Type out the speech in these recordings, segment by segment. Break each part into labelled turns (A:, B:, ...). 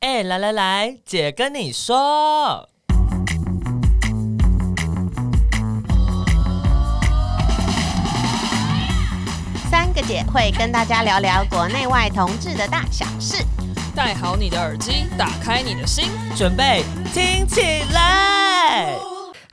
A: 哎、来来来，姐跟你说，
B: 三个姐会跟大家聊聊国内外同志的大小事。
C: 戴好你的耳机，打开你的心。
A: 准备听起来。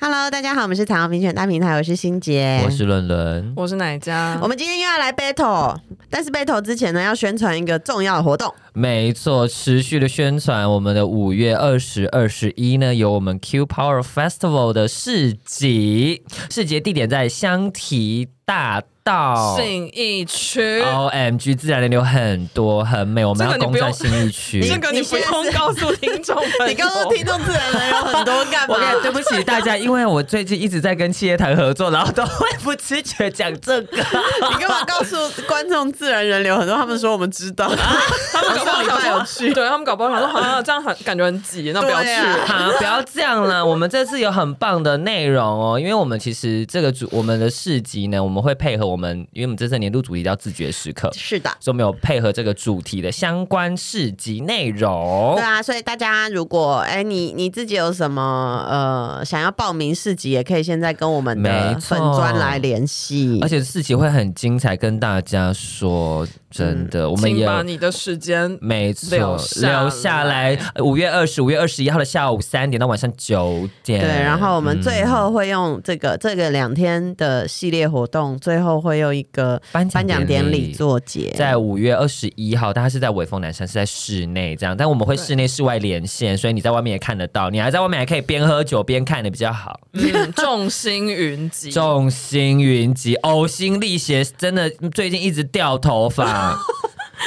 B: Hello，大家好，我们是彩虹民选大平台，我是心杰，
A: 我是伦伦，
C: 我是奶家
B: 我，们今天又要来 battle，但是 battle 之前呢，要宣传一个重要的活动。
A: 没错，持续的宣传我们的五月二十二十一呢，有我们 Q Power Festival 的市集，市集的地点在香堤大道。
C: 信义区，
A: O M G，自然人流很多，很美，我们要
C: 这个
A: 攻
C: 你不
A: 占
C: 用
A: 新义区。
C: 这 个你不用告诉听众朋友
B: 你告诉听众自然人有很多干嘛
A: 我？跟你对不起大家，因为我最近一直在跟企业谈合作，然后都会不知觉讲这个。
B: 你干嘛告诉观众自然人流很多？他们说我们知道，他们上礼拜有去。
C: 对他们搞不好想说，好像这样很感觉很挤，那不要去。
B: 对啊
A: 好，不要这样啦！我们这次有很棒的内容哦，因为我们其实这个主我们的市集呢，我们会配合我们，因为我们这次年度主题叫自觉时刻，
B: 是的。
A: 所以我们有配合这个主题的相关市集内容
B: 对。啊，所以大家如果哎、你你自己有什么呃想要报名市集，也可以现在跟我们
A: 没
B: 的
A: 错
B: 粉专来联系
A: 而。且市集会很精彩，跟大家说真的，
B: 嗯
A: 我们
C: 请
A: 也
C: 把你的时间
A: 没错
C: 留下来
A: 留下来。五月二十、五月二十一号的下午三点到晚上九点。
B: 对，然后我们最后会用这个、这个两天的系列活动，最后会用一个
A: 颁奖
B: 颁奖
A: 典
B: 典
A: 礼
B: 礼做结。
A: 在五月二十一号，但它是在微风南山，是在室内这样，但我们会室内室外连线，所以你在外面也看得到，你还在外面还可以边喝酒边看的比较好。
C: 嗯，众星云集，
A: 众星云集，呕心沥血，真的最近一直掉头 发，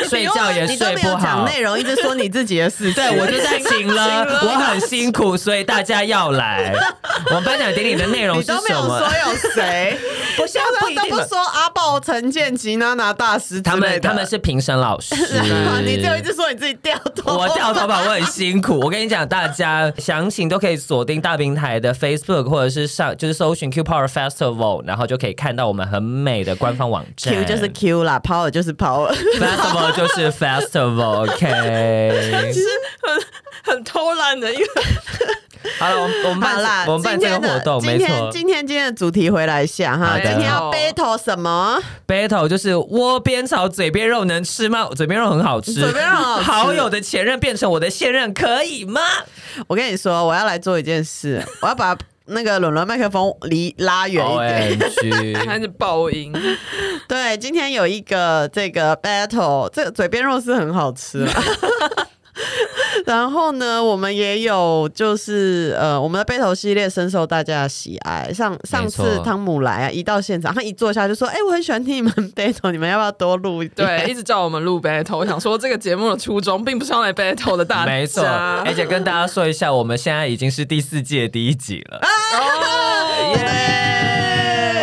A: 睡觉也
B: 你都
A: 睡
B: 没
A: 不
B: 有讲
A: 好。
B: 内容，一直说你自己的事 情。
A: 对，我就在请了，我很辛苦，所以大家要 来。我们颁奖典礼的内容
B: 你
A: 是
B: 都没
A: 什
B: 有说
A: 么？
B: 有 谁，
A: 不是啊不
B: 他们
A: 一
B: 都
A: 定
B: 不
A: 了
B: 说阿豹、陈建奇、娜娜大师之
A: 他
B: 类
A: 们
B: 的，
A: 他们是评审老 师
B: 你只有一直说你自己掉头，
A: 我掉头发，我很辛苦。我跟你讲，大家详情都可以锁定大平台的 Facebook，或者是上就是搜寻 Q Power Festival，然后就可以看到我们很美的官方网站。
B: Q 就是 Q 啦，Power 就是 Power。
A: Festival，就是 Festival，OK、
C: 很偷懒的一个。
A: 好了，我们我们
B: 好
A: 办
B: 啦，
A: 我们办
B: 今
A: 这
B: 天
A: 个活
B: 的
A: 动，
B: 今
A: 没
B: 天
A: 错。
B: 今天今天的主题回来一下哈，
A: 好的
B: 今天要 battle 什么？
A: Battle 就是窝边草，嘴边肉能吃吗？嘴边肉很好吃，
B: 嘴边肉很好吃
A: 好友的前任变成我的现任，可以吗？
B: 我跟你说，我要来做一件事， 我要把那个伦伦麦克风离拉远一
A: 哦哎
B: 点。
C: 开
A: OMG！
C: 始爆音，
B: 对，今天有一个这个 battle，这个嘴边肉是很好吃 啦然后呢，我们也有就是呃，我们的 battle 系列深受大家的喜爱。上上
A: 没
B: 次
A: 错
B: 汤姆来啊，一到现场，他一坐下就说：“哎、我很喜欢听你们 battle，你们要不要多录一点？”
C: 对，一直叫我们录 battle。我想说，这个节目的初衷并不是要来 battle 的大家，哦
A: 没错，而且跟大家说一下，我们现在已经是第四季的第一集了。
B: 啊
C: 哦
B: 耶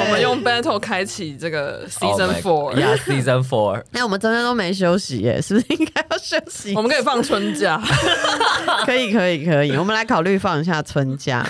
C: 我们用 battle 开启这个
A: ，Oh
C: season four，、
A: yeah, season four。
B: 哎、我们中间都没休息耶，是不是应该要休息？
C: 我们可以放春假，
B: 可以，可以，可以，我们来考虑放一下 春假。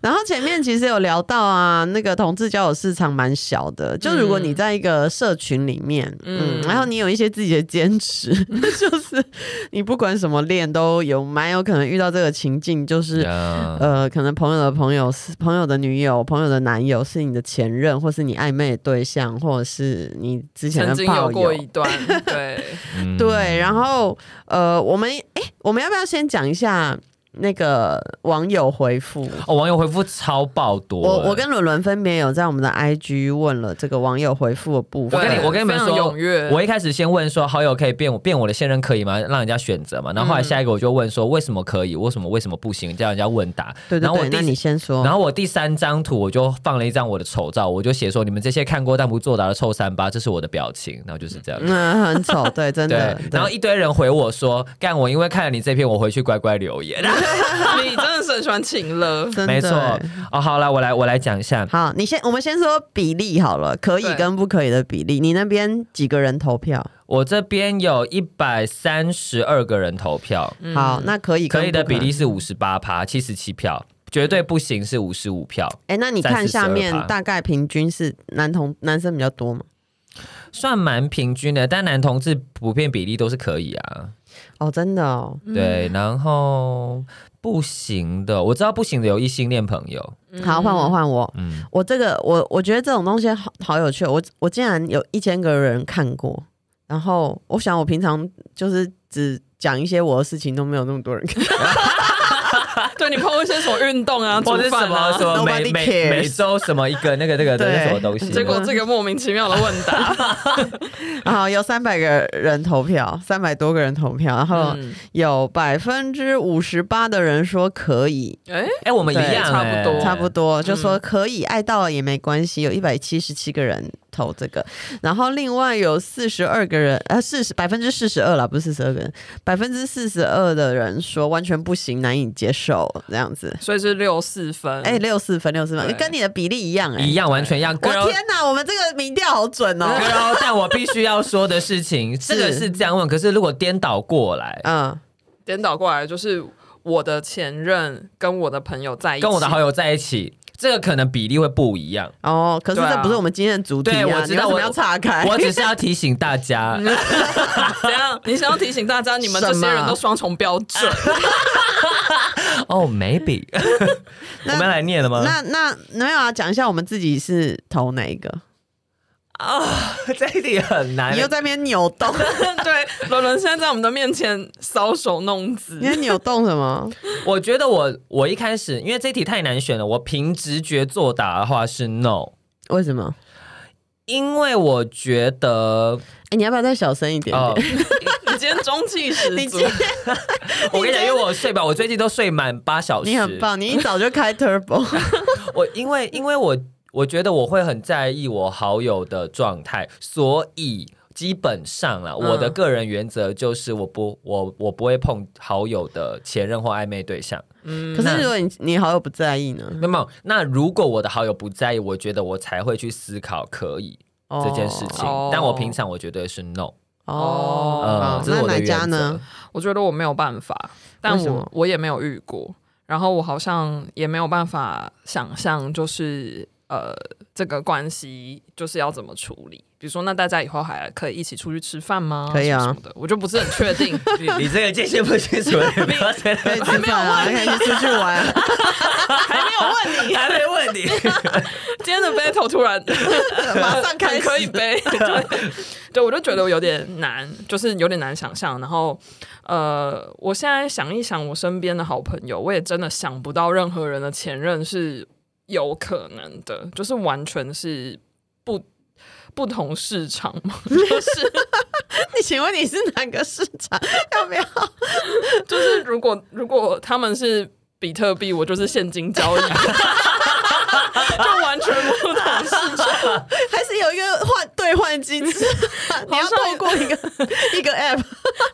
B: 然后前面其实有聊到啊，那个同志交友市场蛮小的，就
C: 嗯
B: 如果你在一个社群里面，嗯，然后你有一些自己的坚持， 就是你不管什么恋都有蛮有可能遇到这个情境， 就是。
A: Yeah
B: 呃，可能朋友的朋友是朋友的女友，朋友的男友是你的前任，或是你暧昧的对象，或者是你之前
C: 曾
B: 的
C: 经
B: 炮
C: 有
B: 友。
C: 过一段， 对，
A: 嗯
B: 对，然后呃，我们哎、我们要不要先讲一下那个网友回复？
A: 哦，网友回复超爆多。欸
B: 我我跟伦伦分别有在我们的 IG 问了这个网友回复的部
A: 我
B: 分。
A: 跟你
C: 对
A: 我跟你们
C: 非常
A: 说
C: 踊跃，
A: 我一开始先问说好友可以变我变我的现任可以吗？让人家选择嘛。然后后
B: 嗯
A: 来下一个我就问说为什么可以，为什么为什么不行，叫人家问答。
B: 对
A: 然后
B: 对
A: 我
B: 对，那你
A: 第。
B: 先说。
A: 然后我第三张图我就放了一张我的丑照，我就写说你们这些看过但不作答的臭三八，这是我的表情，然后就是这样。
B: 嗯，很 丑，对，真
A: 对
B: 的。，
A: 然后
B: 对
A: 一堆人回我说干我因为看了你这篇我回去乖乖留言，
C: 你真的是很喜欢情乐，
B: 真的
A: 没错
B: 欸。
A: 哦，好了，我来我来讲一下。
B: 好，你先，我们先说比例好了，可以
C: 对
B: 跟不可以的比例。你那边几个人投票？
A: 我这边有一百三十二个人投票，
B: 好，
C: 嗯
B: 那可以跟
A: 嗯可以的
B: 不
A: 比例。是五十八趴，七十七票，绝对不行是五十五票，
B: 哎、那你看下面
A: 32%
B: 大概平均是男同男生比较多吗？
A: 算蛮平均的。但男同志普遍比例都是可以啊，
B: 哦，真的哦，
A: 对，然后不行的，我知道不行的有异性恋朋友，
B: 好，换我，换我。
A: 嗯，
B: 我这个，我我觉得这种东西好好有趣哦，我我竟然有一千个人看过，然后我想我平常就是只讲一些我的事情，都没有那么多人看。
C: 对你碰一些什么运动啊，
A: 或者
C: 煮
A: 是什
C: 饭啊
A: 么什么每
B: Nobody
A: 每
B: cares
A: 每周什么一个那个那个
B: 对
A: 那什么东西，
C: 结果这个莫名其妙的问答，
B: 好，有三百个人投票，三百多个人投票，然后
C: 嗯
B: 有百分之五十八的人说可以，
C: 哎，
A: 哎，我们一
B: 对
A: 样
C: 差
A: 哎
C: 不多
B: 差不多就说可以，爱到了也没关系。有一百七十七个人投这个，然后另外有四十二个人，呃，四十百分之四十二啦，不是四十二个人，百分之四十二的人说完全不行，难以接受这样子。
C: 所以是六四分，
B: 哎、六四分，六四分，
C: 对
B: 跟你的比例一样哎、
A: 嗯一样，完全一样。
B: 我
A: Girl
B: 天哪，我们这个民调好准哦、
A: girl，但我必须要说的事情，这个是这样问，可是如果颠倒过来，
B: 嗯，
C: 颠倒过来就是我的前任跟我的朋友在一起，
A: 跟我的好友在一起，这个可能比例会不一样。
B: 哦，可是
C: 对
B: 这
C: 啊
B: 不是我们今天的主题啊，
A: 对我知道
B: 你为什么
A: 我
B: 要岔开？
A: 我只是要提醒大 家，
C: 怎样？你想要提醒大家，你们这
B: 什
C: 些
B: 么
C: 人都双重标准，
A: 哦，maybe，我
B: 那
A: 们要来念了吗？
B: 那那没有啊，讲一下我们自己是投哪一个？
A: 这一题很难
B: 你，又在那边扭动，
C: 对，伦伦现在在我们的面前搔首弄姿
B: 你，在扭动什么？
A: 我觉得我我一开始因为这一题太难选了，我凭直觉作答的话是 no，
B: 为什么？
A: 因为我觉得
B: 哎、你要不要再小声一点点？
A: 哦，
C: 你今天中气十
B: 你
C: 足
B: 今，
A: 呃 我跟你讲，因为我睡饱，我最近都睡满八小时，
B: 你很。棒，你一早就开 turbo，
A: 我因为因为我我觉得我会很在意我好友的状态，所以。基本上啦，我
B: 嗯
A: 的个人原则就是我不我我不会碰好友的前任或暧昧对象。
C: 嗯
B: 可是如果你你好友不在意呢？
A: 那么，那如果我的好友不在意，我觉得我才会去思考可以这件事情。
C: 哦
A: 但我平常我绝对是 no。
B: 哦，
A: 呃
B: 哦，
A: 这是
B: 那
A: 我的
B: 哪家
A: 原则
B: 呢？？
C: 我觉得我没有办法，但
B: 为什么
C: 我我也没有遇过，然后我好像也没有办法想象，就是呃，这个关系就是要怎么处理。比如说，那大家以后还可以一起出去吃饭吗？
B: 可以啊
C: 什么什么的，我就不是很确 定。
A: 你你这个界限不清 楚，你不要觉
B: 可以
A: 得
B: 吃饭啊，可以出去玩啊。
C: 还没有问你，
A: 还没问你。
C: 今天的 battle 突然
B: 马上开始
C: 可以背，对，对我就觉得我有点难，就是有点难想象。然后，呃，我现在想一想，我身边的好朋友，我也真的想不到任何人的前任是有可能的，就是完全是不不同市场嘛， 就是
B: 你请问你是哪个市场？要不要？
C: 就是如果如果他们是比特币，我就是现金交易。 就完全不同市场，
B: 还是有一个换兑换机 制？你要透过一个一个 app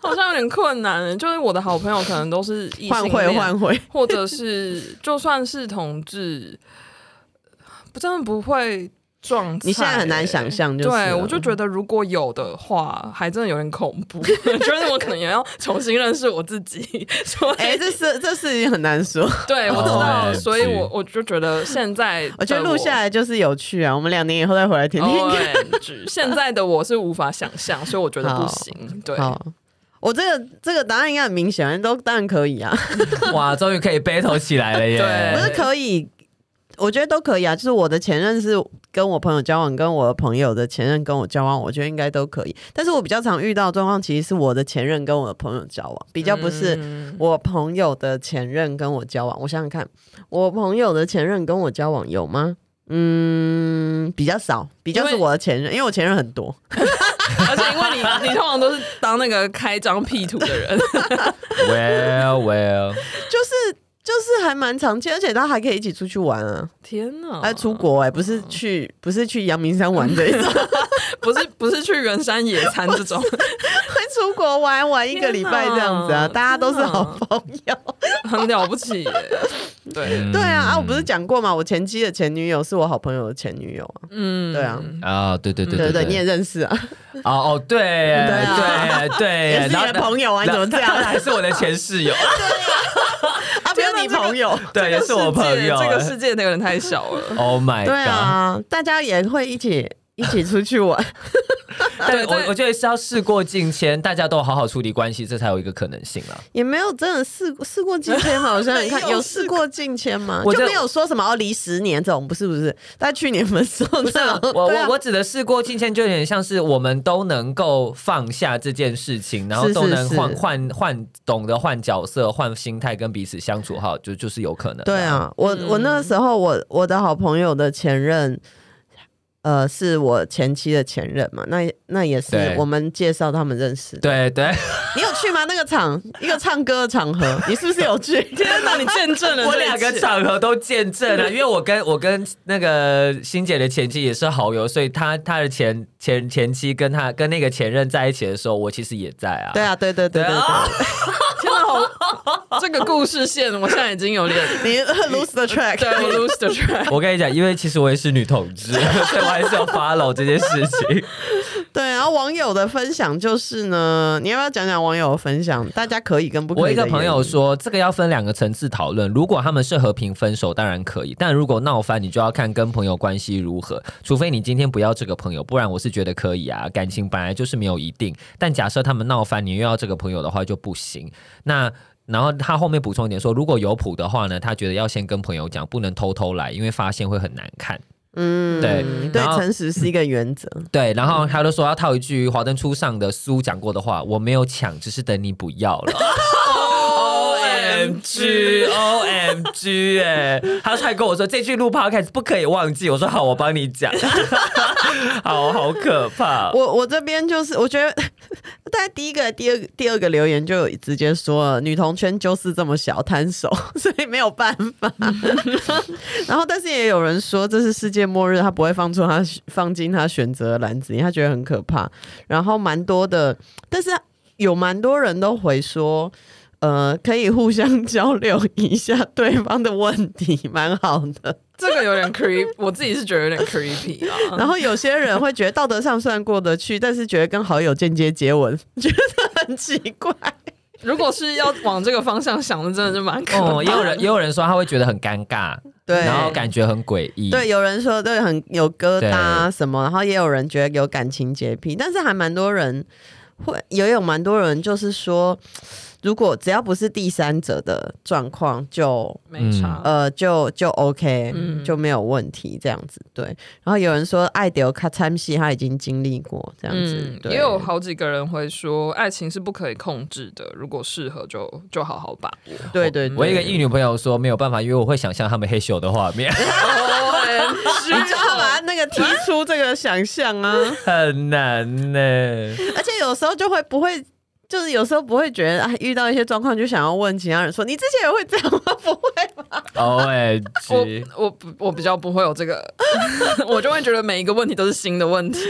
C: 好像有点困难。欸就是我的好朋友可能都是异性
B: 换汇
C: 恋
B: 换汇？
C: 或者是就算是同志，不真的不会撞菜欸、
B: 你现在很难想象就是
C: 对
B: 了
C: 我就觉得如果有的话，还真的有点恐 怖，就是我可能也要重新认识我自己。所以，
B: 哎、这事这事情很难说。
C: 对我知道，
A: 哦
C: 所以我
A: OMG
C: 我就觉得现在的
B: 我觉得录下来就是有趣啊。我们两年以后再回来听听。
A: 哦
C: O M G，现哦哎在的我是无法想象，所以我觉得不
B: 好
C: 行。对，
B: 好，我这个这个答案应该很明显，都当然可 以啊，
A: 哇，终于可以 battle 起来了耶！
B: 不
C: 对
B: 是可以，我觉得都可以啊。就是我的前任是跟我朋友交往，跟我的朋友的前任跟我交往，我觉得应该都可以。但是我比较常遇到的状况，其实是我的前任跟我的朋友交往，比较不是
C: 嗯
B: 我朋友的前任跟我交往。我想想看，我朋友的前任跟我交往有吗？嗯，比较少，比较是
C: 因为
B: 我的前任，因为我前任很多。
C: 而且因为你，你通常都是当那个开张 P 图的 人，
A: Well well，
B: 就是就是还蛮常见，而且他还可以一起出去玩啊，
C: 天
A: 哦
C: 哪！
B: 还出国哎、不是去不是去阳明山玩这一种，
A: 哦
C: 不是不是去圆山野餐这 种，
B: 还 出国玩玩一个礼拜这样子
C: 天
B: 啊，
C: 哪
B: 大家都是好朋友。
C: 很了不起耶。
A: 嗯
C: 对，
B: 对啊，啊，我不是讲过嘛，我前妻的前女友是我好朋友的前女友啊，
C: 嗯，
B: 对啊，
A: 啊，对对对
B: 对
A: 对
B: 不对，你也认识啊，
A: 哦哦，对耶
B: 对啊
A: 对耶对
B: 也
A: 耶，
B: 是你的
A: 哎然后
B: 朋友啊，你怎么这样
A: 然后
B: 啊？
A: 还是我的前室 友，
B: 啊，不是你朋友，
A: 对，啊也是，Oh 我朋友。哎
C: 这个世界那个 人太小了。
A: Oh my
B: 对啊
A: god！
B: 啊，大家也会一起一起出去玩，
A: 但
C: 对
A: 我
C: 这
A: 我觉得是要事过境迁，大家都好好处理关系，这才有一个可能性啊啦。
B: 也没有真的事事过境迁嘛，我想想
C: 没
B: 看，
C: 有
B: 有事过境迁吗？
A: 我
B: 就
A: 这
B: 没有说什么要离十年这种，不是不是，在去年分手
A: 不是
B: 这
A: 啊
B: 种，
A: 我
B: 对啊
A: 我我指的事过境迁，就有点像是我们都能够放下这件事情，然后
B: 是
A: 都
B: 是
A: 能
B: 是
A: 换换换，懂得换角色、换心态跟彼此相处，好，就就是有可能的。嗯
B: 对啊，我我那时候我我的好朋友的前任，呃，是我前妻的前任嘛，那那也是
A: 对
B: 我们介绍他们认识的。
A: 对对，
B: 你有去吗？那个场一个唱歌的场合，你是不是有 去？
A: 啊
C: 天哪，你见证了
A: 我
C: 这一
A: 两个
C: 切
A: 场合都见证啊了，因为我跟我跟那个欣姐的前妻也是好友，所以她她的前前前妻跟她跟那个前任在一起的时候，我其实也在啊。
B: 对啊，对对对
A: 对
B: 对
A: 啊，
C: 天哪，好，这个故事线我现在已经 有点
B: 对，你 lose the
C: 对
B: track。
C: 我 lose the track。
A: 我跟你讲，因为其实我也是女同志， 所以我还是要 follow 这件事情。
B: 对，然后网友的分享就是呢，你要不要讲讲网友的分享？大家可以跟不可以？
A: 我一个朋友，说，这个要分两个层次讨论。如果他们是和平分手，当然可以；但如果闹翻，你就要看跟朋友关系如何。除非你今天不要这个朋友，不然我是觉得可以啊。感情本来就是没有一定，但假设他们闹翻，你又要这个朋友的话就不行。那然后他后面补充一点说，如果有谱的话呢，他觉得要先跟朋友讲，不能偷偷来，因为发现会很难看。
B: 嗯，
A: 对
B: 对
A: 然，后
B: 诚实是一个原则。
A: 对，然后他就说要套一句《华灯初上》的苏讲过的话：“我没有抢，只是等你不要了。” O M G O M G！哎，他还跟我说这句录 podcast 不可以忘记。我说好，我帮你讲。 好好可怕。
B: 我我这边就是，我觉得大概第一个、第二个、第二个留言就有直接说了，女同圈就是这么小，摊手，所以没有办法。 然后，但是也有人说这是世界末日，他不会放出他放进他选择的篮子里，他觉得很可怕。然后蛮多的，但是有蛮多人都回说。呃，可以互相 交流一下对方的问题，蛮好的。
C: 这个有点 creep，我自己是觉得有点 creepy 啊。
A: 嗯
B: 然后有些人会觉得道德上虽然过得去，但是觉得跟好友间接接吻， 觉得很奇怪。
C: 如果是要往这个方向想的，真的是蛮可
A: 哦，
C: 怕
A: 也有
C: 的。
A: 人也有人说他会觉得很尴尬，
B: 对
A: 然后感觉很诡异。
B: 对，有人说对很有疙瘩什么，然后也有人觉得有感情洁癖，但是还蛮多人会，也有蛮多人就是说，如果只要不是第三者的状况，
A: 嗯
B: 就
C: 没差。
B: 呃就就 OK，、
C: 嗯
B: 就没有问题这样子。对，然后有人说爱丢卡参戏，他已经经历过这样子，
C: 嗯，
B: 对
C: 也有好几个人会说，爱情是不可以控制的，如果适合就就好好把握。
B: 对对对，
A: 我一个异女朋友说没有办法，因为我会想象他们黑咻的画面，
B: 哦你就要把它那个提出这个想象啊，
A: 很难呢、
B: 而且有时候就会不会。就是有时候不会觉得啊，遇到一些状况就想要问其他人说，你之前也会这样吗？不会吧？
A: O M G！
C: 我我不我比较不会有这个， 我就会觉得每一个问题都是新的问题。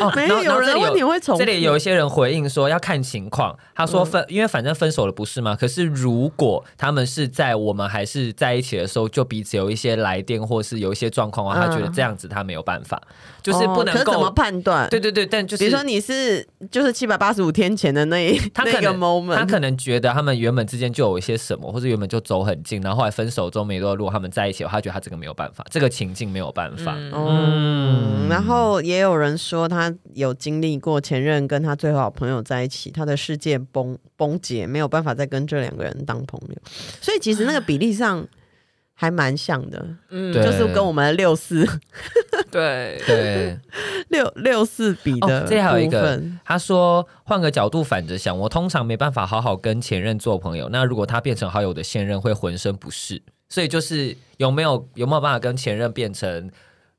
A: 哦
B: 没
A: 然后然
B: 有
A: 后
B: 有人
A: 这里
B: 问你会重复嗯
A: 这里有一些人回应说要看情况，他说分，因为反正分手了不是吗？可是如果他们是在我们还是在一起的时候，就彼此有一些来电或是有一些状况的话，他觉得
B: 嗯
A: 这样子他没有办法， 就是
B: 哦
A: 不
B: 可
A: 能
B: 是怎么
A: 够。
B: 判断？
A: 对对对，但就是
B: 比如说你是就是七百八十五天前的那一
A: 他
B: 那
A: 可
B: 个
A: 能他
B: moment，
A: 可能觉得他们原本之间就有一些什么，或者原本就走很近，然后后来分手之后没多久，如果他们在一起的话，他觉得他这个没有办法，这个情境没有办法。
C: 嗯
B: 嗯，然后也有人说他有经历过前任跟他最好朋友在一起，他的世界崩崩解，没有办法再跟这两个人当朋友，所以其实那个比例上还蛮像的，
C: 嗯，
A: 对
B: 就是跟我们的六四
C: 对，
A: 对。
B: 六六四比的、
A: 哦这里还有一个
B: 部分
A: 他说：“换个角度反着想，我通常没办法好好跟前任做朋友。那如果他变成好友的现任，会浑身不适。所以就是有没有有没有办法跟前任变成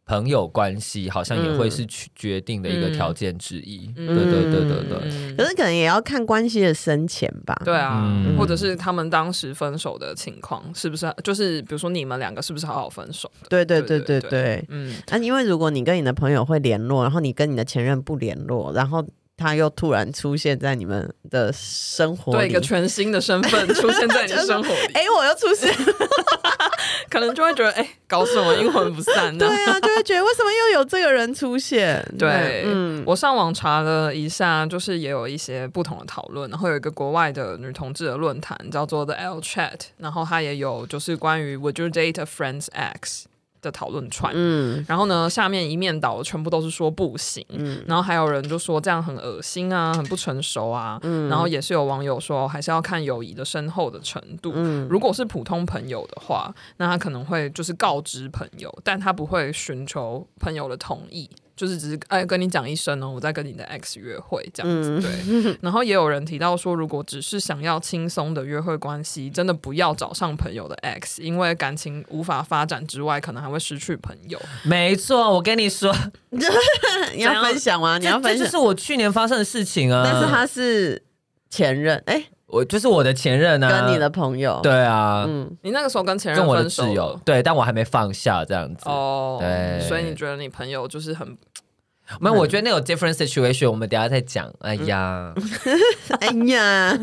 A: 朋友关系，好像也会是去决定的一个条件之一。
C: 嗯
A: 对对对对对，
C: 嗯
B: 可是可能也要看关系的深浅吧。
C: 对啊，
A: 嗯
C: 或者是他们当时分手的情况是不是？就是比如说你们两个是不是好好分手的？
B: 对对
C: 对
B: 对对
C: 对
B: 对。
C: 嗯，
B: 啊，因为如果你跟你的朋友会联络，然后你跟你的前任不联络，然后他又突然出现在你们的生活
C: 对一
B: 里
C: 个，全新的身份出现在你的生活 里，
B: 哎、我又出现，
C: 可能就会觉得哎、搞什么阴魂不散呢
B: 对？啊，就会觉得为什么又有这个人出现？
C: 对，
B: 嗯，
C: 我上网查了一下，就是也有一些不同的讨论，然后有一个国外的女同志的论坛叫做 The L Chat，然后它也有就是关于 Would you date a friend's ex 的讨论串。
B: 嗯
C: 然后呢，下面一面倒全部都是说不行，
B: 嗯
C: 然后还有人就说这样很恶心啊，很不成熟啊。
B: 嗯
C: 然后也是有网友说，还是要看友谊的深厚的程度。
B: 嗯
C: 如果是普通朋友的话，那他可能会就是告知朋友，但他不会寻求朋友的同意，就是只是哎跟你讲一声哦，我在跟你的 X 约会这样子。对，然后也有人提到说，如果只是想要轻松的约会关系，真的不要找上朋友的 X，因为感情无法发展之外，可能还会失去朋友。
B: 嗯
A: 没错，我跟你说，
B: 你要
C: 怎样
B: 分享 吗？你
A: 这
B: 要分
A: 这就
B: 享，
A: 是我去年发生的事情啊。
B: 但是他是前任，哎、
A: 我就是我的前任啊，
B: 跟你的朋友，
A: 对啊，
B: 嗯，
C: 你那个时候跟前任
A: 跟我的
C: 分手
A: 挚友
C: 了
A: 对，但我还没放下这样子。
C: 哦
A: 对，
C: 所以你觉得你朋友就是很
A: 没有，
B: 嗯
A: 我觉得那有 different situation，我们等一下再讲。哎呀，
B: 哎呀，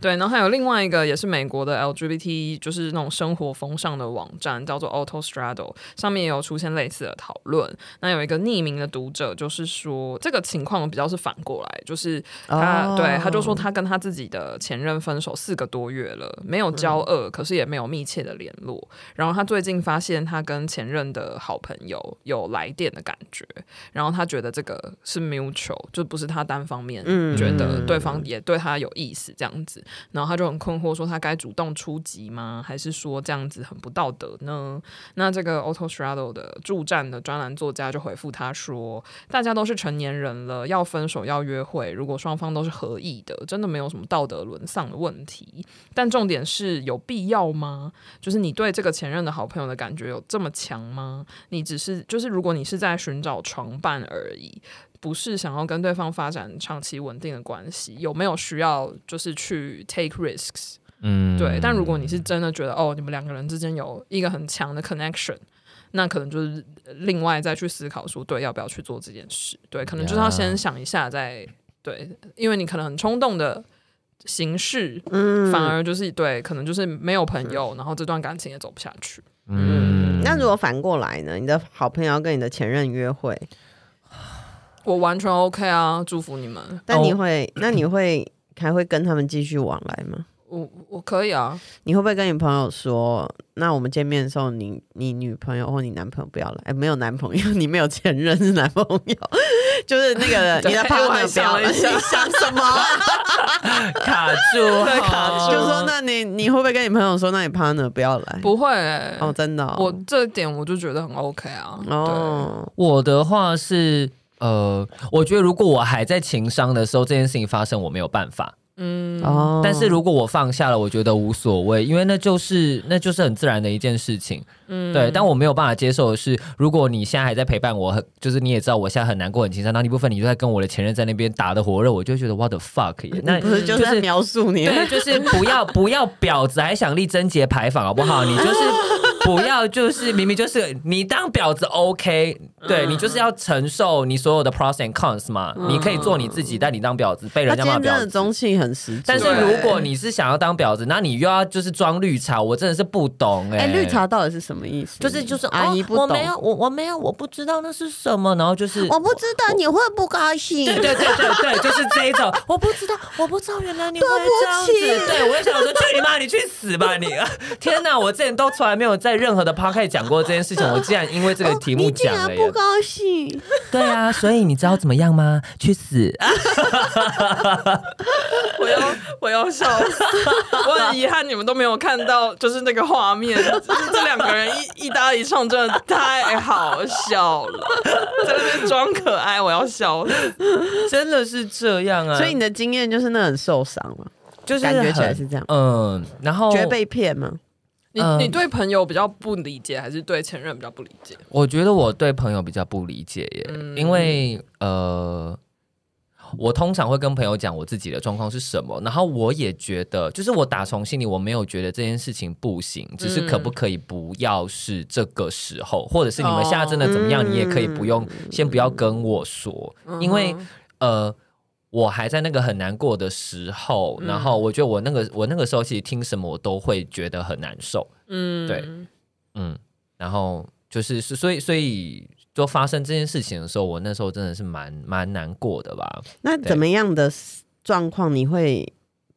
C: 对，然后还有另外一个也是美国的 LGBT，就是那种生活风尚的网站，叫做 Auto Straddle，上面也有出现类似的讨论。那有一个匿名的读者，就是说这个情况比较是反过来，就是他、
B: 哦
C: 对他就说他跟他自己的前任分手四个多月了，没有交恶，可是也没有密切的联络。然后他最近发现他跟前任的好朋友有来电的感觉，然后他觉得这个是 mutual，就不是他单方面
B: 嗯
C: 觉得对方也对他有意思这样子，然后他就很困惑，说他该主动出击吗？还是说这样子很不道德呢？那这个 Auto Straddle 的助战的专栏作家就回复他说，大家都是成年人了，要分手要约会，如果双方都是合意的，真的没有什么道德沦丧的问题。但重点是有必要吗？就是你对这个前任的好朋友的感觉有这么强吗？你只是就是如果你是在寻找床伴而已，不是想要跟对方发展长期稳定的关系，有没有需要就是去 take risks？
A: 嗯，
C: 对，但如果你是真的觉得哦，你们两个人之间有一个很强的 connection。那可能就是另外再去思考说，对，要不要去做这件事？对，可能就是要
A: Yeah
C: 先想一下再对，因为你可能很冲动的行事，
B: 嗯，
C: 反而就是对，可能就是没有朋友，然后这段感情也走不下去。
B: 嗯，那如果反过来呢？你的好朋友要跟你的前任约会，
C: 我完全 OK 啊，祝福你们。
B: 但你
A: 哦
B: 会，那你会还会跟他们继续往来吗？
C: 我我可以啊，
B: 你会不会跟你朋友说，那我们见面的时候你，你女朋友或你男朋友不要来？哎、没有男朋友，你没有前任是男朋友， 就是那 个
C: 对
B: 你的
C: 哎
B: 朋友
C: 我
B: 不
C: 还想
B: 要来。
C: 了
B: 你
C: 一下
B: 想什 么啊、
A: 卡住，卡
B: 就说，那你你会不会跟你朋友说，那你 partner 啊不要来？
C: 不会、欸
B: 哦，真的、哦，
C: 我这点我就觉得很 OK 啊。哦，
B: 哦，
A: 我的话是。呃，我觉得如果我还在情商的时候，这件事情发生，我没有办法。
C: 嗯，
B: 哦，
A: 但是如果我放下了，我觉得无所谓，因为那就是那就是很自然的一件事情。
C: 嗯
A: 对，但我没有办法接受的是，如果你现在还在陪伴我，很就是你也知道我现在很难过、很情伤，那一部分你就在跟我的前任在那边打的火热，我就会觉得 what the fuck 耶那
B: 不是就是在描述你，
A: 对，就是不要不要婊子还想立贞节牌坊好不好？你 就是不要就是明明就是你当婊子 OK，对你就是要承受你所有的 pros and cons 嘛，你可以做你自己，但你当婊子被
B: 他
A: 人家
B: 今
A: 骂
B: 天真
A: 婊
B: 的
A: 子。
B: 中气很十足。
A: 但
B: 欸
A: 是如果你是想要当婊子，那你又要就是装绿茶，我真的是不懂哎、
B: 哎、绿茶到底是什么意思？
A: 就是就是
B: 阿姨不
A: 哦
B: 懂，
A: 我没有我我没有我不知道那是什么，然后就是
D: 我不知道你会不高兴。
A: 对对对对对，就是这一种，我不知道，我不知道，原来你会这样子。
D: 对不起
A: 对，我也想说，去你妈，你去死吧你！ 天哪，我之前都从来没有在任何的 p o c a s t 讲过这件事情，我竟然因为这
B: 哦
A: 个题目
D: 你竟
A: 讲
D: 然
A: 了耶。
D: 不高兴，
A: 对啊，所以你知道怎么样吗？去死！
B: 啊
C: 我要我要笑死， 我很遗憾你们都没有看到，就是那个画面，就是这两个人一一搭一唱，真的太好笑了，在那边装可爱，我要笑死。
A: 真的是这样啊，
B: 所以你的经验就是那很受伤嘛，
A: 就是
B: 感觉起来
A: 很
B: 是这样，
A: 嗯，然后
B: 觉得被骗吗？
C: 你
A: 嗯
C: 你对朋友比较不理解，还是对前任比较不理解？
A: 我觉得我对朋友比较不理解耶，
C: 嗯
A: 因为呃，我通常会跟朋友讲我自己的状况是什么，然后我也觉得，就是我打从心里我没有觉得这件事情不行，只是可不可以不要是这个时候，或者是你们现在真的怎么样，
B: 哦
A: 你也可以不用，先不要跟我说，因为呃。我还在那个很难过的时候，然后我觉得我那个我那个时候其实听什么我都会觉得很难受，
C: 嗯
A: 对嗯，然后就是是，所以所以就发生这件事情的时候，我那时候真的是蛮蛮难过的吧。
B: 那怎么样的状况你会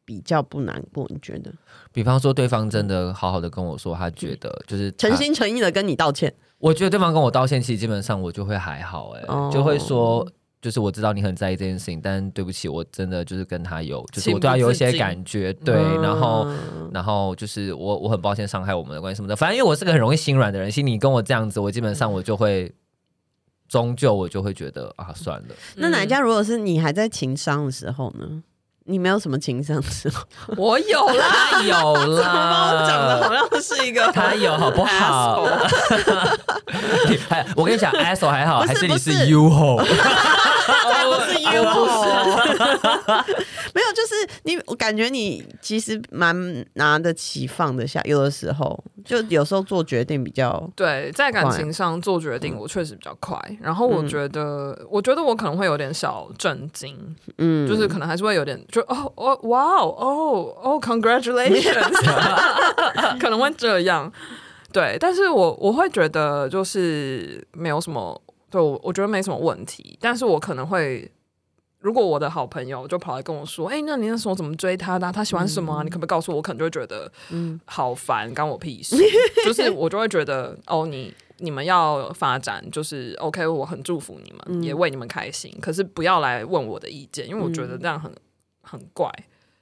B: 比较不难过？你觉得？
A: 比方说，对方真的好好的跟我说，他觉得就是他
B: 嗯诚，心诚意的跟你道歉，
A: 我觉得对方跟我道歉，其实基本上我就会还好、哎、
B: 哦
A: 就会说。就是我知道你很在意这件事情，但对不起，我真的就是跟他有，就是我对他有一些感觉，对，然后
B: 嗯
A: 然后就是我我很抱歉伤害我们的关系什么的，反正因为我是个很容易心软的人，心你跟我这样子，我基本上我就会，终究我就会觉得啊算了，
B: 那哪一家如果是你还在情商的时候呢？你没有什么情商的时候，
C: 我有啦，
A: 他有啦，
B: 我讲的好像是一个
A: 他有好不好？ 你还我跟你讲 a s o 还好，
B: 不是
A: 还你
B: 不
A: 是
B: 是
A: U 吼？
B: 才不是 U，没 有，就是你，我感觉你其实蛮拿得起放得下，有的时候就有时候做决定比较
C: 对，在感情上做决定，我确实比较快。然后我觉得，我觉得我可能会有点小震惊，
B: 嗯，
C: 就是可能还是会有点，就哦哦哇哦哦哦，congratulations，可能会这样。对，但是我我会觉得就是没有什么，对我我觉得没什么问题，但是我可能会。如果我的好朋友就跑来跟我说：“哎、那你那时候怎么追他的啊、他喜欢什么啊？你可不可以告诉我？”我可能就会觉得，嗯，好烦，干我屁事。 就是我就会觉得，哦，你你们要发展，就是 OK，我很祝福你们，也
A: 嗯
C: 为你们开心。可是不要来问我的意见，因为我觉得这样很、很怪。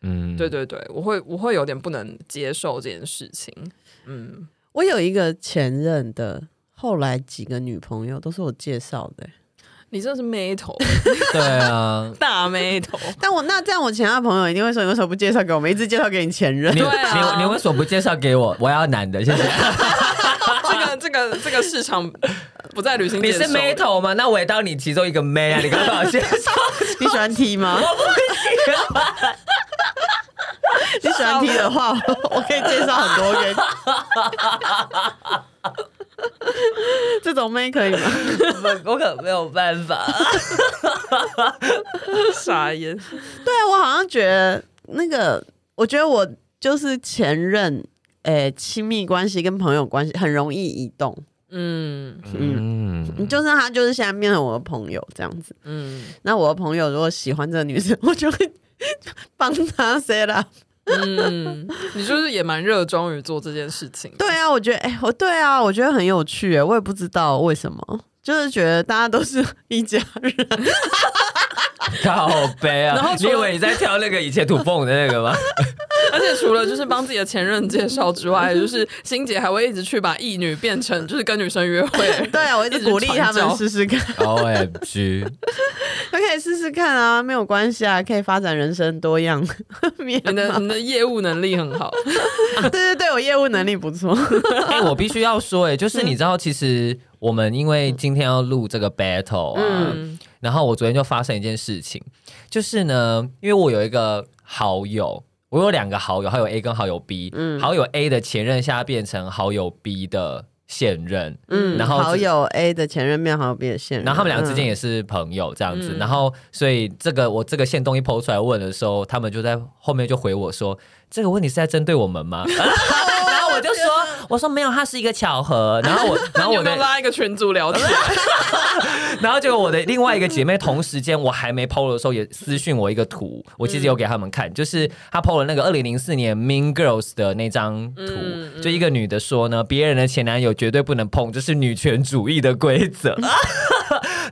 A: 嗯，
C: 对对对，我会我会有点不能接受这件事情。嗯，
B: 我有一个前任的，后来几个女朋友都是我介绍的欸、
C: 你真的是妹头，，
A: 对啊
C: 大妹 头。
B: 但我那这样，我其他朋友一定会说，你为什么不介绍给我们？一直介绍给你前任
A: 你，
C: 对啊
A: 你你为什么不介绍给我？我要男的，谢谢。
C: 这个这个这个市场不在旅行
A: 你
C: 界
A: 是
C: 受的
A: 妹，头吗？那我也当你其中一个妹啊！你干嘛介绍？
B: 你喜欢 T 吗？我不喜欢。你喜欢 T 的话，我可以介绍很多给 你。这种妹可以吗？
A: 我我可没有办法。
C: 傻眼。
B: 对啊，我好像觉得那个，我觉得我就是前任，诶、亲密关系跟朋友关系很容易移动。
C: 嗯
A: 嗯，
B: 就是他，就是现在变成我的朋友这样子。
C: 嗯
B: 那我的朋友如果喜欢这个女生，我就会帮她 set up。
C: 嗯，你就是也蛮热衷于做这件事情。
B: 对啊，我觉得，哎、我对啊，我觉得很有趣，哎，我也不知道为什么，就是觉得大家都是一家人。
A: 靠背
C: 然
A: 啊
C: 后！
A: 你
C: 除了
A: 以为你在跳那个以前土凤的那个吗？
C: 而且除了就是帮自己的前任介绍之外，就是欣姐还会一直去把异女变成就是跟女生约会。
B: 对啊，我一直鼓励他们试 试看，
A: O M G，
B: 都可以试试看啊，没有关系啊，可以发展人生多样。 免
C: 你的
B: 嘛
C: 你的业务能力很好，
B: 对对对，我业务能力不错。
A: 哎、我必须要说、哎，就是你知道，其实我们因为今天要录这个 battle 啊，
C: 嗯
A: 然后我昨天就发生一件事情，就是呢，因为我有一个好友，我有两个好友，好友 A 跟好友 B，、好友
C: 嗯
A: A 的前任现在变成好友 B 的现任，
B: 嗯，
A: 然后
B: 好友 A 的前任面好友 B 的现任，
A: 然后他们两个之
B: 嗯
A: 间也是朋友这样子，
C: 嗯
A: 然后所以这个我这个线东一抛出来问的时候，他们就在后面就回我说：“这个问题是在针对我们
C: 哦
A: 吗？” 然后我就说：“我说没有，它是一个巧合。”然 后我，然
C: 那
A: 后
C: 你有
A: 我
C: 没有
A: 的，
C: 拉一个群组聊天？
A: 然后结果我的另外一个姐妹同时间我还没 PO 的时候也私讯我一个图，我其实
C: 嗯
A: 有给他们看，就是她 PO 了那个二零零四年 Mean Girls 的那张图，
C: 嗯
A: 就一个女的说呢，别人的前男友绝对不能碰，这是女权主义的规则。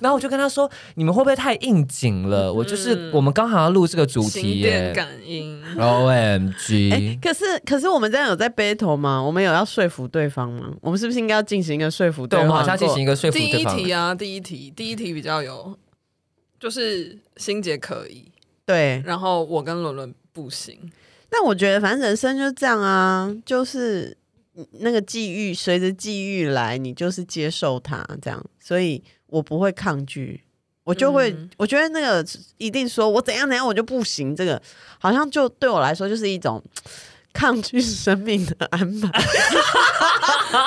A: 然后我就跟她说，你们会不会太应景了？我就是我们刚好要录这个 主题
C: 心嗯电
A: 耶。
C: 感应，
A: O M
B: 哎、
A: G，
B: 可是可是我们这样有在 battle 吗？我们有要说服对方吗？我们是不是应该要进行一个说服
A: 对，我们
B: 方过？
A: 好像进行一个说服
C: 第
A: 对
C: 一
A: 方。
C: 题啊，第一题，第一题比较有，就是欣姐可以，
B: 对，
C: 然后我跟伦伦不行。
B: 但我觉得反正人生就是这样啊，就是那个际遇，随着际遇来，你就是接受它这样，所以我不会抗拒，我就会，
C: 嗯
B: 我觉得那个一定说我怎样怎样我就不行，这个好像就对我来说就是一种抗拒生命的安排。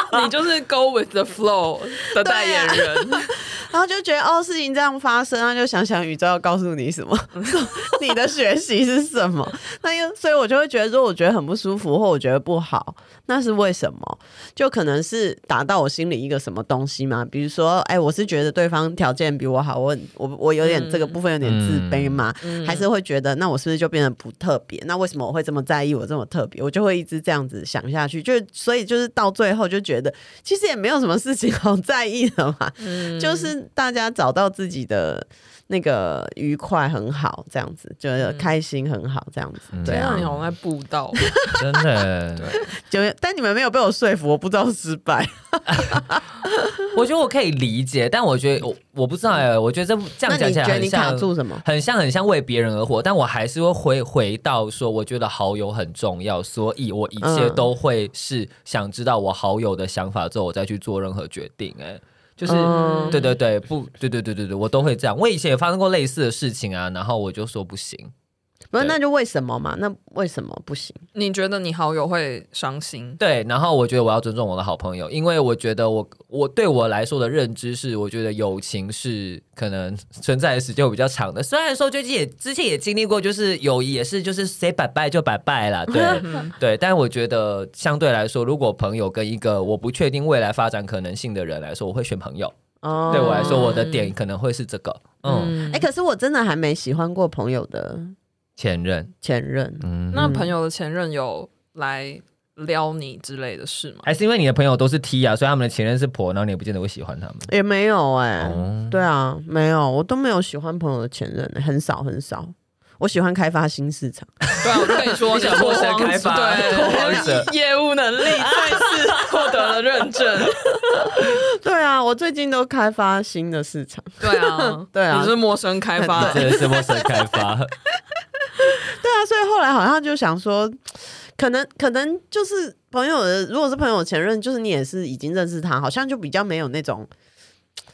A: 啊
C: 你就是 go with the flow 的代言人，
B: 然后就觉得哦，事情这样发生，然后就想想宇宙要告诉你什么， 你的学习是什么？那又所以，我就会觉得，如果我觉得很不舒服，或我觉得不好，那是为什么？就可能是打到我心里一个什么东西嘛，比如说，哎，我是觉得对方条件比我好，我很我我有点、这个部分有点自卑嘛，嗯还是会觉得，那我是不是就变得不特别？那为什么我会这么在意我这么特别？我就会一直这样子想下去，就所以就是到最后就觉得，其实也没有什么事情好在意的嘛，就是大家找到自己的那个愉快很好，这样子就是开心很好，这样子，
C: 这
B: 对啊
C: 样，你好像在布道，
A: 真 的。
B: 就但你们没有被我说服，我不知道失 败。
A: 我觉得我可以理解，但我觉得我我不知道哎、我觉得这这
B: 那
A: 样讲起
B: 你觉
A: 来
B: 得
A: 很
B: 你
A: 像
B: 卡住什么？
A: 很像很像为别人而活，但我还是会回回到说，我觉得好友很重要，所以我一切都会是想知道我好友的想法之后，我再去做任何决定、哎，就是、
B: 嗯
A: 对对对，不对对对对对，我都会这样。我以前也发生过类似的事情啊，然后我就说不行，
B: 不是，
A: 对
B: 那就为什么嘛？那为什么不行？
C: 你觉得你好友会伤心？
A: 对，然后我觉得我要尊重我的好朋友，因为我觉得我我对我来说的认知是，我觉得友情是可能存在的时间会比较长的。虽然说最近也之前也经历过，就是友谊也是就是 say 拜拜就拜拜啦，对
C: 嗯
A: 对。但我觉得相对来说，如果朋友跟一个我不确定未来发展可能性的人来说，我会选朋友。
B: 哦
A: 对我来说，我的点可能会是这个，嗯，
B: 哎、可是我真的还没喜欢过朋友的
A: 前任，
B: 前任。
A: 嗯，
C: 那朋友的前任有来撩你之类的事吗？
A: 还是因为你的朋友都是 T 啊，所以他们的前任是婆，然后你也不见得会喜欢他们。
B: 也没有哎、
A: 哦
B: 对啊，没有，我都没有喜欢朋友的前任、很少很少。我喜欢开发新市场，
C: 对啊，我跟你 说，
A: 你想拓
C: 拓
A: 展
C: 荒
A: 开发 拓荒者
C: 对，业务能力再次获得了认证。
B: 对啊，我最近都开发新的市场，
C: 对啊，
B: 对啊
C: 你是陌生开 发，
A: 真的是陌生开 发，
B: 对啊，所以后来好像就想说，可能可能就是朋友的，如果是朋友前任，就是你也是已经认识他，好像就比较没有那种，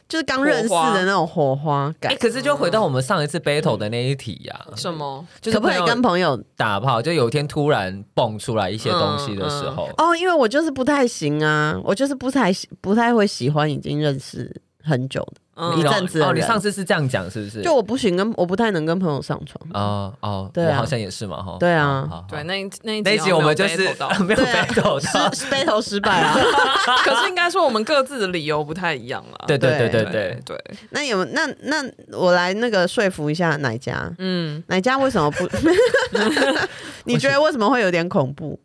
B: 就是刚认识
C: 火花
B: 的那种火花
A: 哎、
B: 感。
A: 可是就回到我们上一次 battle 的那一题呀、
C: 什么？
A: 就是
B: 嗯可不可以跟
A: 朋友
B: 朋友
A: 打炮？就有一天突然蹦出来一些东西的时候，
B: 哦，因为我就是不太行啊，我就是不太喜不太会喜欢已经认识很久的，
C: 嗯
B: 哦一阵子的
A: 哦，
B: 人
A: 你上次是这样讲是不是？
B: 就我不行跟我不太能跟朋友上床。
A: 哦哦，
B: 对啊
A: 我好像也是嘛哈。
B: 对啊
A: 好好好
C: 对，那一那一
A: 那一集我们就是
C: battle 到
A: 没有
B: 对啊
A: battle 到。
B: 失 battle 失败啊！
C: 可是应该说我们各自的理由不太一样啦。
A: 对对对对
B: 对
A: 对，
C: 对，
B: 那有那那我来那个说服一下奶家，
C: 嗯，
B: 奶家为什 么不？ 你觉得为什么会有点恐怖？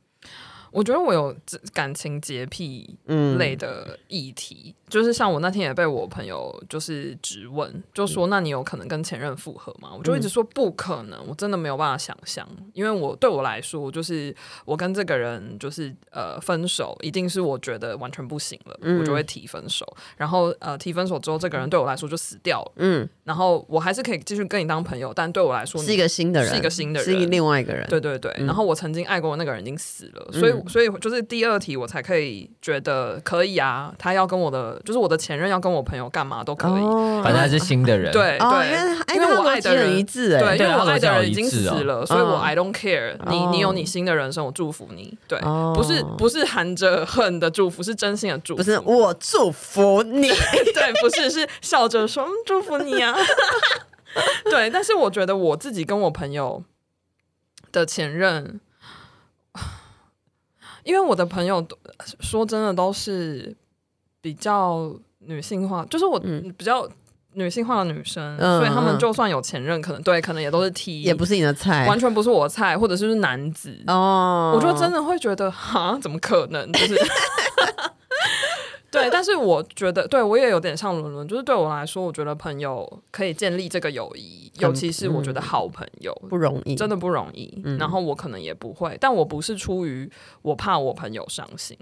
C: 我觉得我有这感情洁癖
B: 嗯，
C: 类的议题，就是像我那天也被我朋友就是质问，就
B: 嗯
C: 说那你有可能跟前任复合吗？我就一直说不可能，我真的没有办法想象，因为我对我来说，就是我跟这个人就是呃分手，一定是我觉得完全不行了，我
B: 嗯
C: 就会提分手，然后呃提分手之后，这个人对我来说就死掉了，
B: 嗯，
C: 然后我还是可以继续跟你当朋友，但对我来说你
B: 是一个新的人，
C: 是一个新的人
B: 是一个另外一个人。嗯
C: 对对对，然后我曾经爱过的那个人已经死了，所以所以就是第二题我才可以觉得可以啊，他要跟我的就是我的前任要跟我朋友干嘛都可以，
B: 哦
A: 反正还是新的人。，
C: 对
B: 哦，
C: 对，
B: 因为哎，
C: 因为
B: 他
C: 我爱
B: 逻
C: 的
B: 辑很一
C: 人。
B: 致哎，
C: 对，因为
A: 对
C: 我
A: 他逻
C: 爱的
A: 辑好一
C: 人已啊经
A: 致
C: 死
A: 哦
C: 了，所以我
B: 嗯
C: I don't care，你
B: 哦
C: 你有你新的人生，我祝福你。对，
B: 哦
C: 不是不是含着恨的祝福，是真心的祝福。
B: 不是我祝福 你，
C: 对，不是是笑着说嗯祝福你啊。 对，但是我觉得我自己跟我朋友的前任，因为我的朋友都说真的都是比较女性化，就是我
B: 嗯
C: 比较女性化的女生，
B: 嗯
C: 所以他们
B: 嗯
C: 就算有前任，可能对，可能也都是 T，
B: 也不是你的菜
C: 完全不是我的菜，或者是男子。
B: 哦。
C: 我就真的会觉得，哈，怎么可能？就是， 对，但是我觉得，对我也有点像伦伦，就是对我来说，我觉得朋友可以建立这个友谊，
B: 很嗯
C: 尤其是我觉得好朋友。
B: 不容易，
C: 真的不容易，
B: 嗯
C: 然后我可能也不会，但我不是出于我怕我朋友伤心，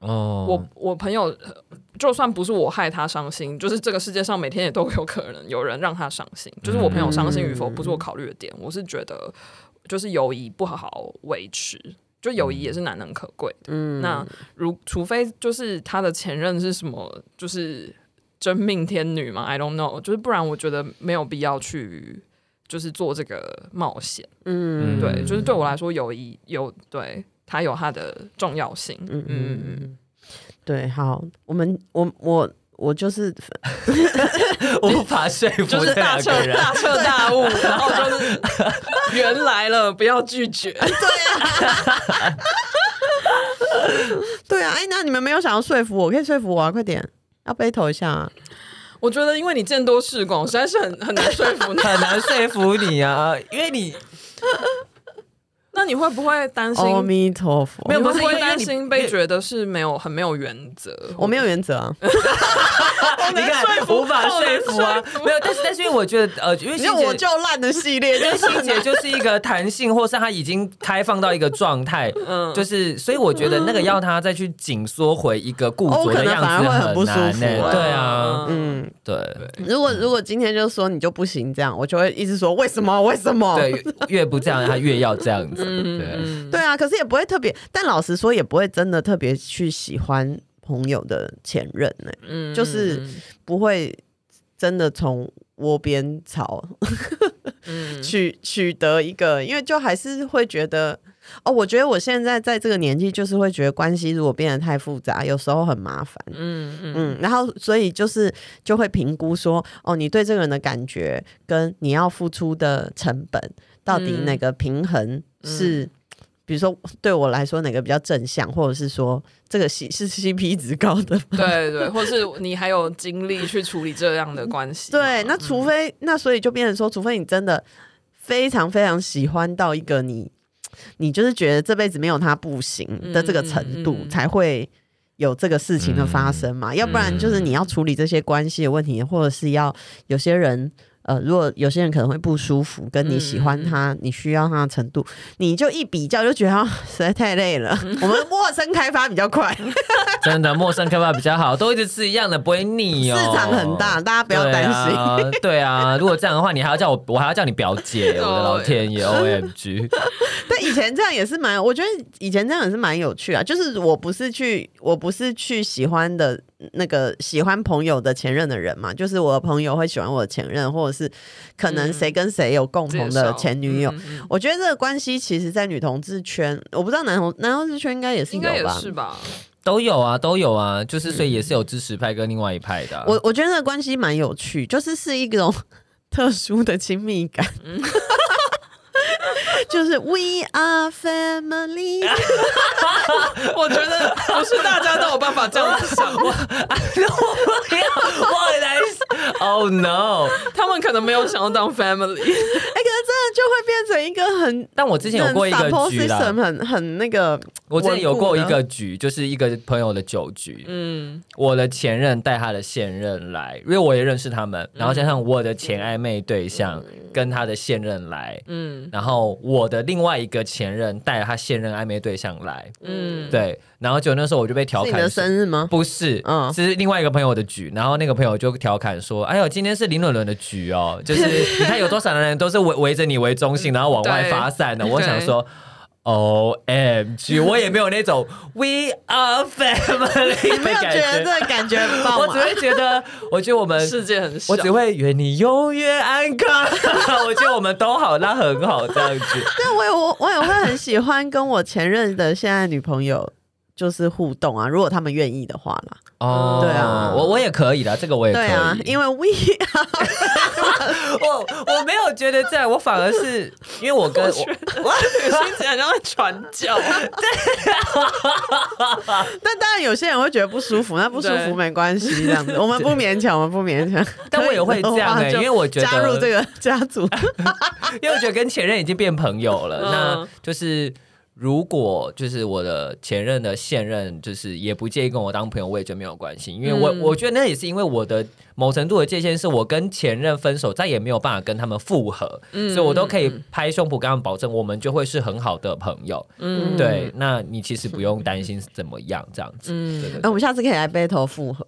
A: 哦，
C: 我我朋友呃就算不是我害他伤心，就是这个世界上每天也都有可能有人让他伤心，就是我朋友伤心与否
B: 嗯
C: 不是我考虑的点，我是觉得就是友谊不好维持，就友谊也是难能可贵的。
B: 嗯
C: 那如除非就是他的前任是什么，就是真命天女嘛，I don't know，就是不然我觉得没有必要去就是做这个冒险。
B: 嗯
C: 对，就是对我来说友谊有对他有他的重要性。嗯
B: 嗯
C: 嗯嗯。
B: 嗯，对，好，我们我我我就是
A: 无法说服
C: 就是
A: 这
C: 大
A: 两
C: 彻
A: 个人。
C: 大彻大悟，然后就是原来了，不要拒绝。
B: 对啊，哎，那你们没有想要说服我，可以说服我啊，快点，要 battle 一下啊！
C: 我觉得因为你见多识广，实在是很很难说服 你。
A: 很难说服你啊，因为你
C: 那你会不会担心？
B: 阿弥陀佛，
A: 没有不
C: 不
A: 是
C: 是
A: 因为
C: 会担
A: 你
C: 心被觉得是没有很没有原则？
B: 我没有原则 啊，
A: 你看无法说服啊，没有，但是但是因为我觉得呃， 因为
B: 你
A: 欣
B: 看我
A: 姐
B: 就烂的系列，就
A: 因为
B: 是
A: 欣姐就是一个弹性，或是她已经开放到一个状态，
C: 嗯
A: 就是所以我觉得那个要她再去紧缩回一个固着的样
B: 哦可能反而
A: 子
B: 会很不舒服
A: 难呢、
B: 啊
A: 对啊，
B: 嗯。
A: 对
B: 如
C: 嗯
B: 果如果今天就说你就不行这样，我就会一直说为什
C: 嗯
B: 么为什么？
A: 对，越不这样她越要这样子，对。
C: 嗯，
B: 对啊，可是也不会特别，但老实说也不会真的特别去喜欢朋友的前任呢、
C: 嗯
B: 就是不会真的从窝边草
C: 嗯
B: 取取得一个，因为就还是会觉得。哦，我觉得我现在在这个年纪，就是会觉得关系如果变得太复杂，有时候很麻烦。
C: 嗯嗯
B: 嗯，然后所以就是就会评估说，哦，你对这个人的感觉跟你要付出的成本到底
C: 嗯
B: 哪个平衡是，比如说对我来说哪个比较正向，或者是说这个 C 是 CP 值高的吗？
C: 对对，或是你还有精力去处理这样的关系吗？
B: 对，那除非、那所以就变成说，除非你真的非常非常喜欢到一个你，你就是觉得这辈子没有他不行的这个程度，
C: 嗯嗯嗯
B: 才会有这个事情的发生嘛。要不然
C: 嗯
B: 就是你要处理这些关系的问题，或者是要有些人。呃，如果有些人可能会不舒服，跟你喜
C: 嗯
B: 欢他，你需要他的程度，你就一比较就觉得、啊实在太 累了。我们陌生开发比较快，
A: 真的，陌生开发比较好，都一直吃一样的，不会腻
B: 市
A: 哦。
B: 场很大，大家不要担心。
A: 对啊。对啊，如果这样的话，你还要叫我，我还要叫你表姐，我的老天 爷，O M G！
B: 但以前这样也是蛮，我觉得以前这样也是蛮有趣啊。就是我不是去，我不是去喜欢的那个喜欢朋友的前任的人嘛，就是我的朋友会喜欢我的前任，或者是可能谁跟谁有共同的前女友。
C: 嗯介绍，嗯嗯嗯
B: 我觉得这个关系其实，在女同志圈，我不知道男同男同志圈应该也是
C: 应该
B: 有
C: 也
B: 吧。
C: 是吧？
A: 都有啊，都有啊，就是所以也是有支持派跟另外一派的啊、
B: 我我觉得这个关系蛮有趣，就是是一种 特殊的亲密感。
C: 嗯
B: 就是 We are family，
C: 我觉得不是大家都有办法这样子 想，
A: 不要，我很难。Oh no！
C: 他们可能没有想要当 family。
B: 哎、可是真的就会变成一个很
A: 但我之前有过一
B: 很
A: 个
B: support
A: 局啦
B: system，，很很那个，
A: 我之前有过一
B: 稳固
A: 个局，就是一个朋友的酒局，
C: 嗯
A: 我的前任带他的现任来，因为我也认识他们，然后加上我的前暧昧对象
B: 嗯
A: 跟他的现任来，
C: 嗯
A: 然后我的另外一个前任带了他现任暧昧对象来，
C: 嗯，
A: 对，然后就那时候我就被调
B: 是
A: 侃
B: 你的
A: 说
B: 生 日吗？
A: 不是，
B: 嗯
A: 是另外一个朋友的局，然后那个朋友就调侃说：“哎呦，今天是林伦伦的局哦， 就是你看有多少人都是围围着你为中心，然后往外发散的。”
C: 对
A: 我想说。O M G！我也没有那种 We are family
B: 你
A: 的
B: 没有
A: 感
B: 觉
A: 觉，
B: 得这个感觉很 棒
A: 我
B: 吗
A: 只？会觉得，我觉得我们，
C: 世界很小
A: 我，只会愿你永远安康。 我觉得我们都好，那很好这样子。
B: 但我也我我也会很喜欢跟我前任的现在女朋友就是互动啊，如果他们愿意的话啦。
A: 哦，
B: 对啊
A: 我我也可以的，这个我也可以。
B: 对啊，因为 we
A: 我我没有觉得这样，我反而是因为我跟我
C: 心情好像在传 教。
B: 但当然有些人会觉得不舒服，那不舒
C: 对
B: 服没关系，这样 子，我们不勉强，我们不勉强。
A: 但我也会这样
B: 可以
A: 欸
B: 的话就
A: 因为我觉得
B: 加入这个家 族，
A: 因为我觉得跟前任已经变朋友了，
C: 嗯
A: 那就是如果就是我的前任的现任，就是也不介意跟我当朋友，我也觉得没有关系，因为我、
C: 嗯
A: 我觉得那也是因为我的某程度的界限是我跟前任分手，再也没有办法跟他们复合，
C: 嗯
A: 所以我都可以拍胸脯跟他们保证，我们就会是很好的朋友。
C: 嗯
A: 对，那你其实不用担心怎么样这样子。
C: 嗯
A: 对对
B: 哎，
A: 对
B: 我们下次可以来 battle 复合，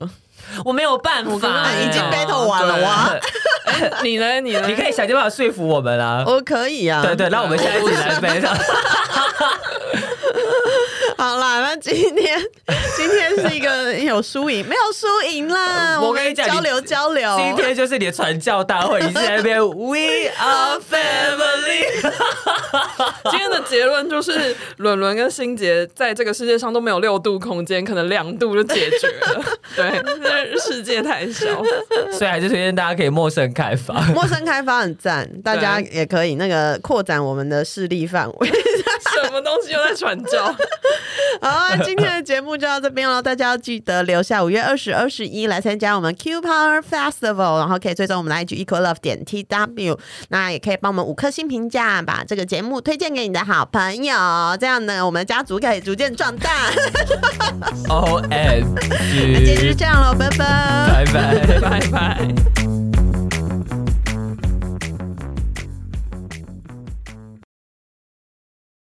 A: 我没有办
C: 我刚刚
A: 法，
C: 哎
B: 已经
C: 被
B: battle 完了
C: 对
B: 哇，
C: 你呢？你呢？
A: 你可以想尽办法说服我们啦、
B: 哦我可以啊，
A: 对对，那我们下一集来 battle。
B: 好啦，那今天 今天是一个有输赢，没有输赢啦，
A: 呃我
B: 我
A: 跟
B: 们
A: 你讲
B: 交
A: 你
B: 流交流。
A: 今天就是你的传教大会，你是在那边 We are family，
C: 今天的结论就是，伦伦跟心杰在这个世界上都没有六度空间，可能两度就解决了。对，这 世界太小。
A: 所以还是推荐大家可以陌生开 发。
B: 陌生开发很赞，大
A: 啊
B: 家也可以那个扩展我们的势力范围。
C: 什么东西又在传 教？
B: 好啊，今天的节目就到这边了，大家要记得留下五月二十、二十一来参加我们 Q Power Festival，然后可以追踪我们的 IG Equal Love 点 T W，那也可以帮我们五颗星评价，把这个节目推荐给你的好朋友，这样呢，我们家族可以逐渐壮大。
A: O M
B: 那今天就
A: 哦 G，
B: 这样喽，拜拜。
A: 拜拜。
C: 拜拜。